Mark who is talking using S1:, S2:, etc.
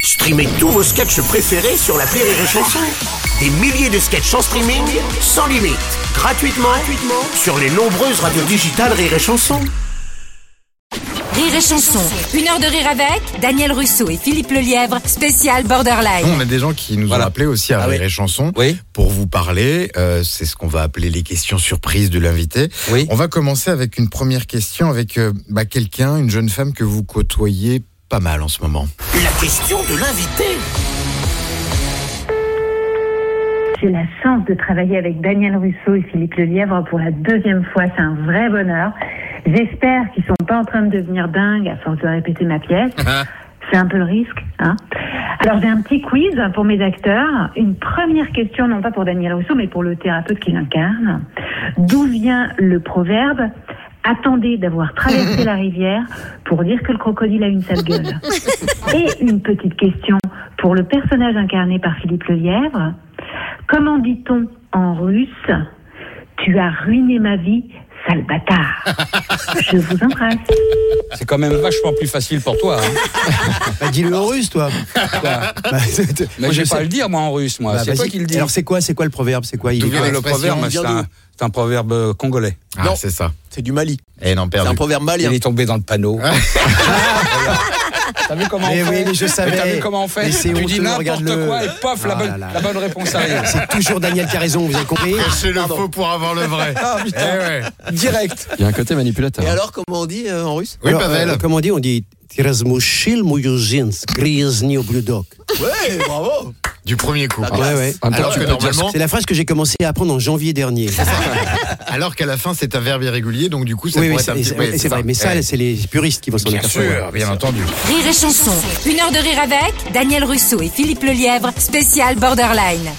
S1: Streamez tous vos sketchs préférés sur la Rire et Chanson. Des milliers de sketchs en streaming, sans limite, gratuitement, gratuitement sur les nombreuses radios digitales Rire et Chanson.
S2: Rire et chanson. Une heure de rire avec Daniel Russo et Philippe Lelièvre, spécial Borderline.
S3: Nous, on a des gens qui nous
S4: Voilà.
S3: ont appelés aussi à
S4: Ah
S3: Rire
S4: oui.
S3: et Chanson
S4: Oui.
S3: pour vous parler. Euh, c'est ce qu'on va appeler les questions surprises de l'invité.
S4: Oui.
S3: On va commencer avec une première question avec euh, bah, quelqu'un, une jeune femme que vous côtoyez pas mal en ce moment.
S1: La question de l'invité.
S5: J'ai la chance de travailler avec Daniel Russo et Philippe Lelièvre pour la deuxième fois. C'est un vrai bonheur. J'espère qu'ils sont pas en train de devenir dingues à force de répéter ma pièce. C'est un peu le risque. Hein Alors j'ai un petit quiz pour mes acteurs. Une première question, non pas pour Daniel Russo, mais pour le thérapeute qui l'incarne. D'où vient le proverbe Attendez d'avoir traversé la rivière pour dire que le crocodile a une sale gueule. Et une petite question pour le personnage incarné par Philippe Lelièvre. Comment dit-on en russe Tu as ruiné ma vie, sale bâtard. Je vous embrasse.
S4: C'est quand même vachement plus facile pour toi. hein.
S6: Bah, dis-le en russe, toi. Bah, c'est-
S4: Mais
S6: moi,
S4: je
S6: je
S4: vais
S6: sais-
S4: pas le dire, moi, en russe, moi.
S6: Bah,
S4: c'est
S6: vas-y.
S4: toi qui le dis.
S6: Alors, c'est quoi, c'est quoi le proverbe C'est quoi il...
S3: D'où vient
S4: le
S3: l'expression
S4: proverbe, c'est un, c'est un proverbe euh, congolais.
S3: Ah,
S7: Non.
S3: c'est ça.
S7: C'est du Mali.
S3: Et non,
S7: C'est
S3: perdu.
S7: un proverbe malien.
S4: Il est tombé dans le panneau. T'as vu comment
S6: Ah. Mais
S4: on fait
S6: oui, mais je savais.
S4: Mais T'as vu comment on fait
S6: Mais c'est
S4: Tu dis
S6: honteux,
S4: n'importe
S6: regarde-le.
S4: quoi et pof, la,
S6: Ah
S4: bonne,
S6: là là.
S4: la bonne réponse arrive.
S6: C'est toujours Daniel Caraison, vous avez compris
S3: C'est le faux pour avoir le vrai.
S4: Ah,
S3: Eh ouais.
S4: Direct.
S8: Il y a un côté manipulateur.
S7: Et alors, comment on dit euh, en russe
S3: Oui,
S6: Alors,
S3: Pavel.
S6: euh, Comment on dit On dit «Tirazmushil muyuzins, grizni obludok».
S7: Ouais, bravo
S3: Du premier coup.
S4: Ah,
S7: D'accord.
S6: Ouais, ouais.
S8: En même temps,
S3: Alors
S8: tu
S3: que
S8: peux dire ce
S3: normalement,
S6: C'est la phrase que j'ai commencé à apprendre en janvier dernier.
S3: alors qu'à la fin c'est un verbe irrégulier, donc du coup ça
S6: oui, oui,
S3: pourrait être
S6: c'est
S3: un petit.
S6: et- et c'est vrai. Mais ça,
S3: Eh,
S6: c'est les puristes qui vont s'en
S3: bien
S6: apercevoir.
S3: sûr, bien entendu.
S2: Rire et chanson. Une heure de rire avec Daniel Russo et Philippe Lelièvre, spécial Borderline.